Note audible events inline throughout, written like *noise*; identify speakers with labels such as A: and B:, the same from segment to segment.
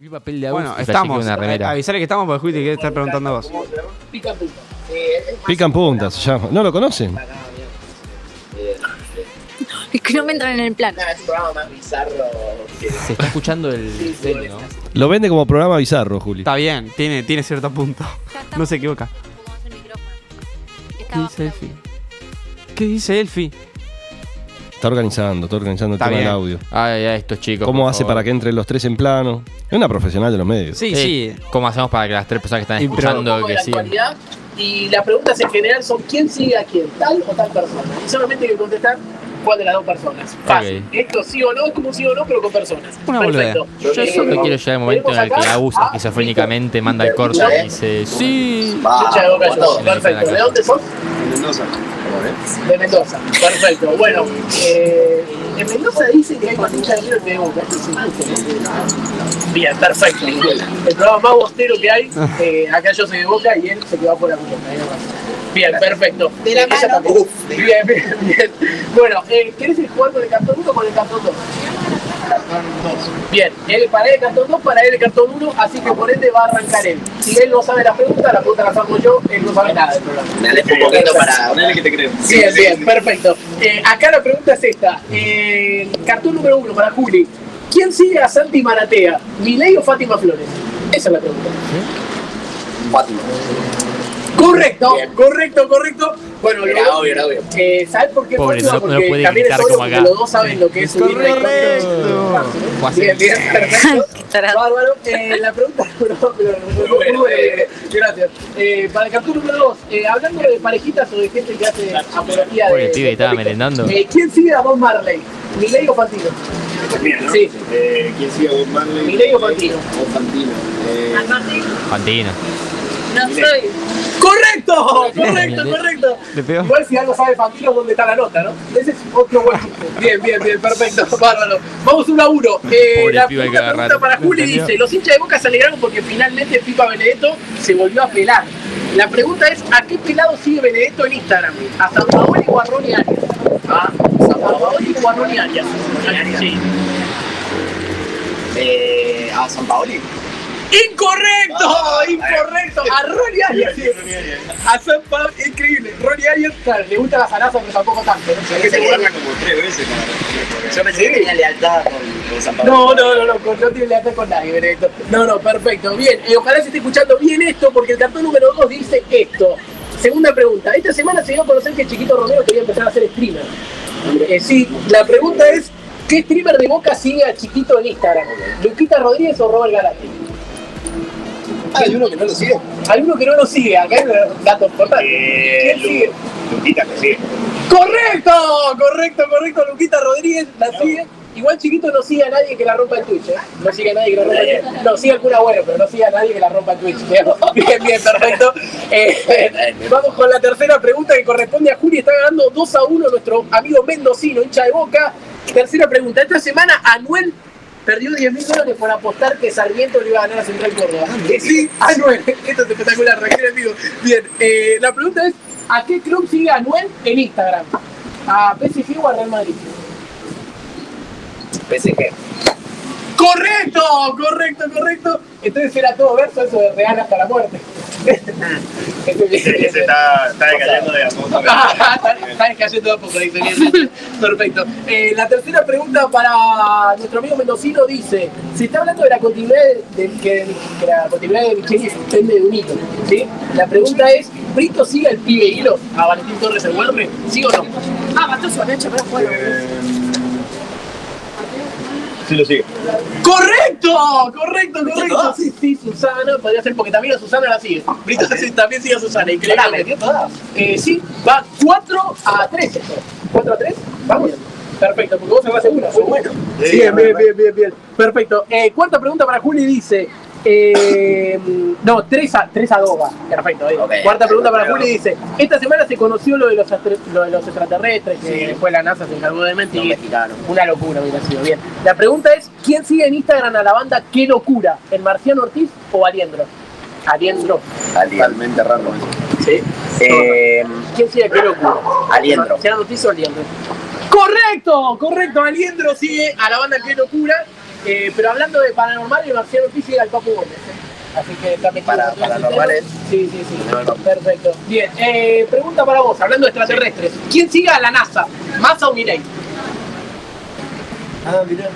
A: Vi papel de
B: Bueno,
A: Agus y flashé que
B: estamos.
A: Una remera.
B: Avisale que estamos porque Juti quiere estar preguntando a vos.
C: Pican punta. Eh, es más-
D: Pican puntas, se llama. ¿No lo conocen?
C: Ah, mira. Eh,
E: Es que no me entran en el plan.
C: nada, es un programa más bizarro que-
A: Se está escuchando el
C: Sí, sí,
A: cel, ¿no?
C: es así.
D: Lo vende como programa bizarro, Juli.
B: Está bien, tiene, tiene cierto punto.
E: Ya estamos
B: No se equivoca.
E: un poco más el micrófono. Está
B: ¿Qué
E: bajo
B: dice
E: la
B: Elfi? ¿Qué dice Elfi?
D: Está organizando, está organizando el
B: Está
D: tema del
B: bien.
D: audio.
A: Ay, ay, estos chicos.
D: ¿Cómo
A: por
D: hace
A: favor.
D: para que entren los tres en plano? Es una profesional de los medios.
B: Sí, sí.
A: ¿Cómo hacemos para que las tres personas que están
B: Y pero-
A: escuchando
C: Como de
A: que
C: la
A: sigan?
C: actualidad, Y las preguntas en general son quién sigue a quién, tal o tal persona. Y solamente hay que contestar cuál de las dos personas. Fácil.
A: Ok.
C: Esto sí o no es como un sí o no, pero con personas.
B: Una
C: Perfecto. Eh,
A: Yo solo quiero llegar al momento en el que Agus
C: Ah,
A: esquizofrénicamente manda el corte y dice: ¡Sí!
C: Yo te hago caso.
A: Bueno,
C: Perfecto. ¿De dónde sos?
F: Mendoza.
C: De Mendoza. Perfecto. Bueno, eh, en Mendoza dice que hay más hinchas de River que de Boca. Esto es injusto. Bien, perfecto. El programa más bostero
A: *laughs*
C: que hay, eh, acá yo soy de Boca y él se quedó por la pelota. ahí va. Bien, perfecto.
G: De la
C: Ella
G: mano.
C: tampoco. Bien, bien, bien. Bueno, eh, ¿querés jugar con el cartón 1 o con el cartón 2? Bien, él para él el cartón 2, para él el cartón 1, así que por ende va a arrancar él. Si él no sabe la pregunta, la pregunta la saco yo, él no sabe nada del programa.
F: Me alejo un poquito para. Ponele que te creo.
C: Bien, bien, perfecto. Eh, acá la pregunta es esta. Eh, cartón número uno para Juli. ¿Quién sigue a Santi Maratea? ¿Miley o Fátima Flores? Esa es la pregunta.
F: Fátima.
C: Correcto,
F: Bien.
C: correcto, correcto. Bueno, lo
F: Era obvio, era obvio.
C: Eh, ¿Sabes por qué
A: Pobre,
C: Fátima?
A: no- no puede
C: también es
A: gritar
C: obvio
A: como
C: porque
A: acá.
C: Los dos saben lo que es subir Ah, de
B: Correcto.
A: O así.
C: Bien, bien, perfecto.
E: Qué tarado.
C: Bárbaro. Eh, la pregunta *laughs* número dos, pero-
F: bueno,
C: eh, Gracias. Eh, para el cartón número 2, hablando de parejitas o de gente que hace apología de.
A: Pobre pibe, estaba
C: de-
A: merendando.
C: Eh, ¿Quién sigue a Bob Marley? ¿Milei o Fantino? Sí.
F: Eh, ¿Quién sigue a Bob Marley?
C: Milei o Fantino.
F: O Fantino. Eh,
A: Fantino.
E: No soy.
C: ¡Correcto! ¡Correcto, correcto!
B: ¿Le pegó?
C: Igual si algo sabe Fantino, ¿dónde está la nota, no? Ese es otro buen chiste. Bien, bien, bien, perfecto, *laughs* bárbaro. Vamos uno a uno. Eh,
A: Pobre
C: la
A: pibe,
C: primera
A: hay que
C: pregunta
A: agarrar.
C: para Juli
B: Entendió.
C: dice, los hinchas de Boca se alegraron porque finalmente Pipa Benedetto se volvió a pelar. La pregunta es, ¿a qué pelado sigue Benedetto en Instagram? ¿A San Paolo o a Ronnie Arias? ¿Ah? ¿A San Paolo o a Ronnie Arias? Sí.
F: eh, a San Paoli.
C: ¡Incorrecto! ¡Oh, ¡Incorrecto! A Ronnie Arias. A San Pablo, increíble. Ronnie Arias, claro, le gusta la zaraza, pero tampoco tanto. ¿no?
F: Hay que asegurarla como tres veces para. Yo pensé que tenía lealtad con, con San Paoli.
C: No, no, no, no, con- no tiene lealtad con nadie, Benedetto. No, no, perfecto. Bien, Eh, ojalá se esté escuchando bien esto, porque el cartón número 2 dice esto. Segunda pregunta. Esta semana se dio a conocer que Chiquito Romero quería empezar a ser streamer. Eh, sí, la pregunta es, ¿qué streamer de Boca sigue a Chiquito en Instagram? ¿Luquita Rodríguez o Robert Galati?
F: Ah, hay uno que no lo sigue.
C: Hay uno que no lo sigue, acá hay un dato importante.
F: Eh,
C: ¿Quién sigue?
F: Lu- Lupita que sigue.
C: ¡Correcto! Correcto, correcto, Luquita Rodríguez la sigue. Igual chiquito no sigue a nadie que la rompa en Twitch, ¿eh? No sigue a nadie que la rompa en Twitch. No, sigue al cura bueno, pero no sigue a nadie que la rompa en Twitch. digamos. Bien, bien, perfecto. Eh, vamos con la tercera pregunta que corresponde a Juli. Está ganando 2 a 1 nuestro amigo mendocino, hincha de boca. Tercera pregunta. Esta semana Anuel perdió 10 mil dólares por apostar que Sarmiento le iba a ganar a Central Córdoba. Sí, Anuel. Esto es espectacular, requiere amigo. Bien, eh, la pregunta es, ¿a qué club sigue Anuel en Instagram? ¿A PSG o a Real Madrid?
F: PSG.
C: ¡Correcto! ¡Correcto, correcto! Entonces era todo verso eso de Real hasta la
F: *laughs*
C: muerte. Este
F: Ese,
C: *laughs*
F: ese está, está decayendo de la foto. *laughs*
C: Están cayendo de a poco, dice bien. Perfecto. Eh, la tercera pregunta para nuestro amigo Mendocino dice: Se está hablando de la continuidad de, de- que, que la continuidad de Micheli depende de un hilo. ¿sí? La pregunta es: ¿Brito sigue al pibe hilo a Valentín Torres el Werner? ¿Sí o no? Ah, mató su ancho, pero bueno.
F: Eh, Sí lo sigue. ¡Oh,
C: ¡Correcto! ¡Correcto, correcto! Sí, sí, Susana. Podría ser porque también a Susana la sigue. Brito
F: Ah,
C: sí, también sigue a Susana. Increíble. Eh, sí, va 4 a 3 esto. 4 a 3, vamos. Perfecto, porque vos se vas segura. muy bueno.
F: Sí,
C: bien, bien,
F: bueno.
C: bien, bien, bien. Perfecto. Eh, cuarta pregunta para Juli dice. eh, *laughs* no, 3 a, 3 a 2 va. Perfecto. ahí.
F: Ok.
C: Cuarta pregunta para
F: Pero-
C: Juli dice. Esta semana se conoció lo de los, astre- lo de los extraterrestres, que después la NASA se encargó de mentir. Una locura hubiera sido, bien. La pregunta es, ¿quién sigue en Instagram a la banda Qué Locura? ¿El Marciano Ortiz o Aliendro? Aliendro.
F: Totalmente raro.
C: Sí.
F: Eh,
C: ¿Quién sigue a Qué Locura?
F: Aliendro.
C: ¿Marciano Ortiz o Aliendro? ¡Correcto! ¡Correcto! Aliendro sigue a la banda Qué Locura. Eh, pero hablando de paranormal, el marciano Pizzi era el Papu Gómez. ¿eh? Así que está metido
F: Para-
C: en todo ese
F: paranormales.
C: tema. Sí, sí, sí.
F: No, no.
C: Perfecto. Bien, eh, pregunta para vos, hablando de extraterrestres. ¿Quién sigue a la NASA? ¿Massa o Mirai?
F: Ah, mirá.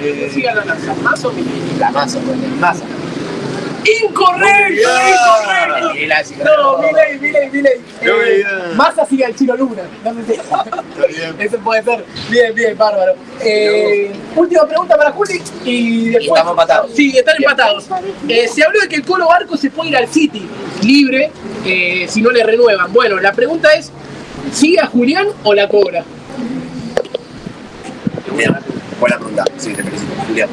F: Eh,
C: ¿Quién sigue a la NASA? ¿Massa o Mirai?
F: La masa, pues, masa.
C: ¡Incorrecto! ¡Incorrecto!
F: Y la chica-
C: No, Milei, Milei, Milei.
F: No me
C: Eh,
F: digas.
C: Massa sigue al Chino Luna. *laughs* No sé si-
F: Está bien.
C: Eso puede ser. Bien, bien, bárbaro. Eh, última pregunta para Juli y después.
F: Y estamos empatados.
C: Sí, están empatados. Eh, se habló de que el Colo Barco se puede ir al City libre eh, si no le renuevan. Bueno, la pregunta es: ¿sigue a Julián o la cobra?
F: Bien. Buena pregunta. Sí, te felicito. Julián.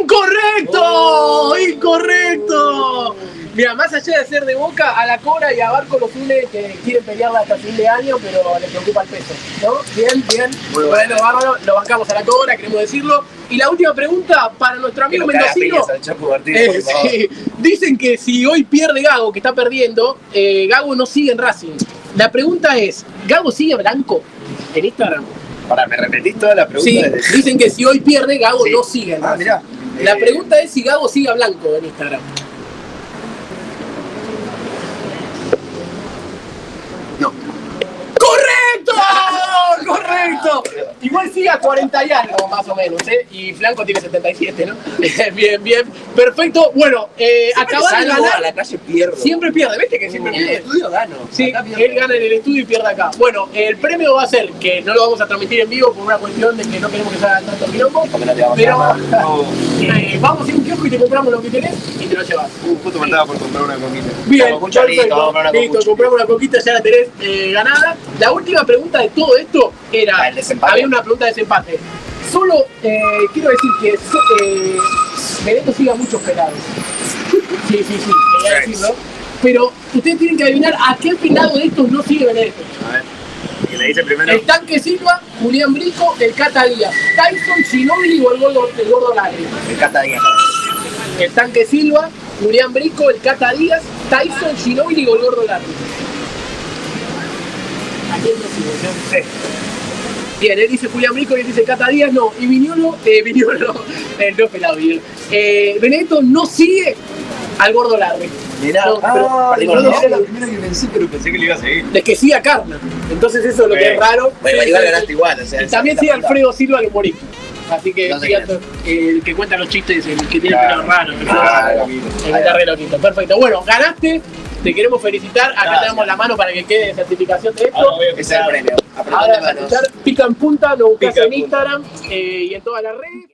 C: ¡Incorrecto!
F: Oh.
C: ¡Incorrecto! Mira, más allá de ser de boca, a la cobra y a Barco los une que quieren pelearla hasta fin de año, pero les preocupa el peso. ¿No? Bien, bien.
F: Muy
C: bueno,
F: bueno.
C: bárbaro, lo bancamos a la cobra, queremos decirlo. Y la última pregunta para nuestro
F: Que
C: amigo
F: lo caga a
C: mendocino.
F: piñas al Chapo Martínez,
C: Eh,
F: por favor.
C: sí. Dicen que si hoy pierde Gago, que está perdiendo, eh, Gago no sigue en Racing. La pregunta es, ¿Gago sigue blanco en Instagram?
F: Pará, ¿me repetís toda la pregunta?
C: Sí,
F: desde-
C: dicen que si hoy pierde, Gago
F: Sí.
C: no sigue en
F: Ah,
C: Racing.
F: mirá.
C: La
F: Eh,
C: pregunta es si Gago sigue a blanco en Instagram.
F: No.
C: ¡Correcto! *laughs* ¡Correcto! Igual sigue a 40 y algo, más o menos, ¿eh? Y Blanco tiene 77, ¿no? *laughs* bien, bien. Perfecto. Bueno, eh, acabar de
F: Salgo a la
C: ganar.
F: calle pierdo.
C: Siempre pierde, ¿viste que siempre
F: en el
C: pierde?
F: estudio gano.
C: Sí,
F: Acá pierdo.
C: él gana en el estudio y pierde acá. Bueno, el premio va a ser que no lo vamos a transmitir en vivo por una cuestión de que no queremos que se hagan tantos quilombos.
F: Porque no te vamos a
C: Pero
F: llamar. No.
C: *laughs* eh, vamos a un kiosco y te compramos lo que tenés y te lo llevas.
F: Uh, justo me andaba por comprar una comida.
C: Bien,
F: Vamos, mucho listo,
C: perfecto.
F: vamos a comprar una
C: Listo,
F: cocucha.
C: compramos una coquita, ya la tenés eh, ganada. La última pregunta de todo esto era...
F: Ah, el desempate.
C: Había una pregunta de desempate. Solo eh, quiero decir que so- eh, Benedetto sigue a muchos pelados. *laughs* Sí, sí, sí, quería
F: Sí.
C: decirlo. Pero ustedes tienen que adivinar a qué pelado de estos no sigue Benedetto.
F: A ver. Y le dice primero.
C: El tanque Silva, Julián Brico, el Cata Díaz, Tyson, Ginobili o el gordo, el gordo Lagri.
F: Me encanta bien.
C: El tanque Silva, Julián Brico, el Cata Díaz, Tyson, Ginobili o el gordo Lagri. ¿A quién no sigue?
F: Sí.
C: Bien, él dice Julián Brico y él dice Cata Díaz, no. Y Viñolo, eh, *laughs* Viñolo, eh, no pelado Viñolo. Eh, Benedetto no sigue al gordo Larry.
F: Mirá,
C: No, pero-
F: ah,
C: perdí
F: no,
C: con
F: no,
C: el
F: era
C: nombre.
F: la primera que pensé, pero pensé que le iba a seguir.
C: De que sigue a Carna. Entonces eso es lo que es
F: Eh,
C: raro.
F: Bueno,
C: Sí,
F: igual
C: sí,
F: ganaste
C: sí.
F: igual. O sea,
C: Y también
F: esa-
C: sigue
F: esa falta.
C: Alfredo Silva el humorista. Así que
F: No sé
C: sigue
F: quién
C: eh, el que cuenta los chistes, el que tiene el
F: Claro.
C: pelo raro. el que-
F: Ah, lo mismo.
C: el que está re loquito. Perfecto. Bueno, ganaste. Te queremos felicitar. Acá
F: Gracias.
C: te damos la mano para que quede certificación de esto.
F: Ese es el premio. Apretón
C: Ahora
F: de
C: vas a
F: manos.
C: escuchar Pica en Punta, lo buscas
F: Pica en
C: en
F: Punta.
C: Instagram eh, y en todas las redes.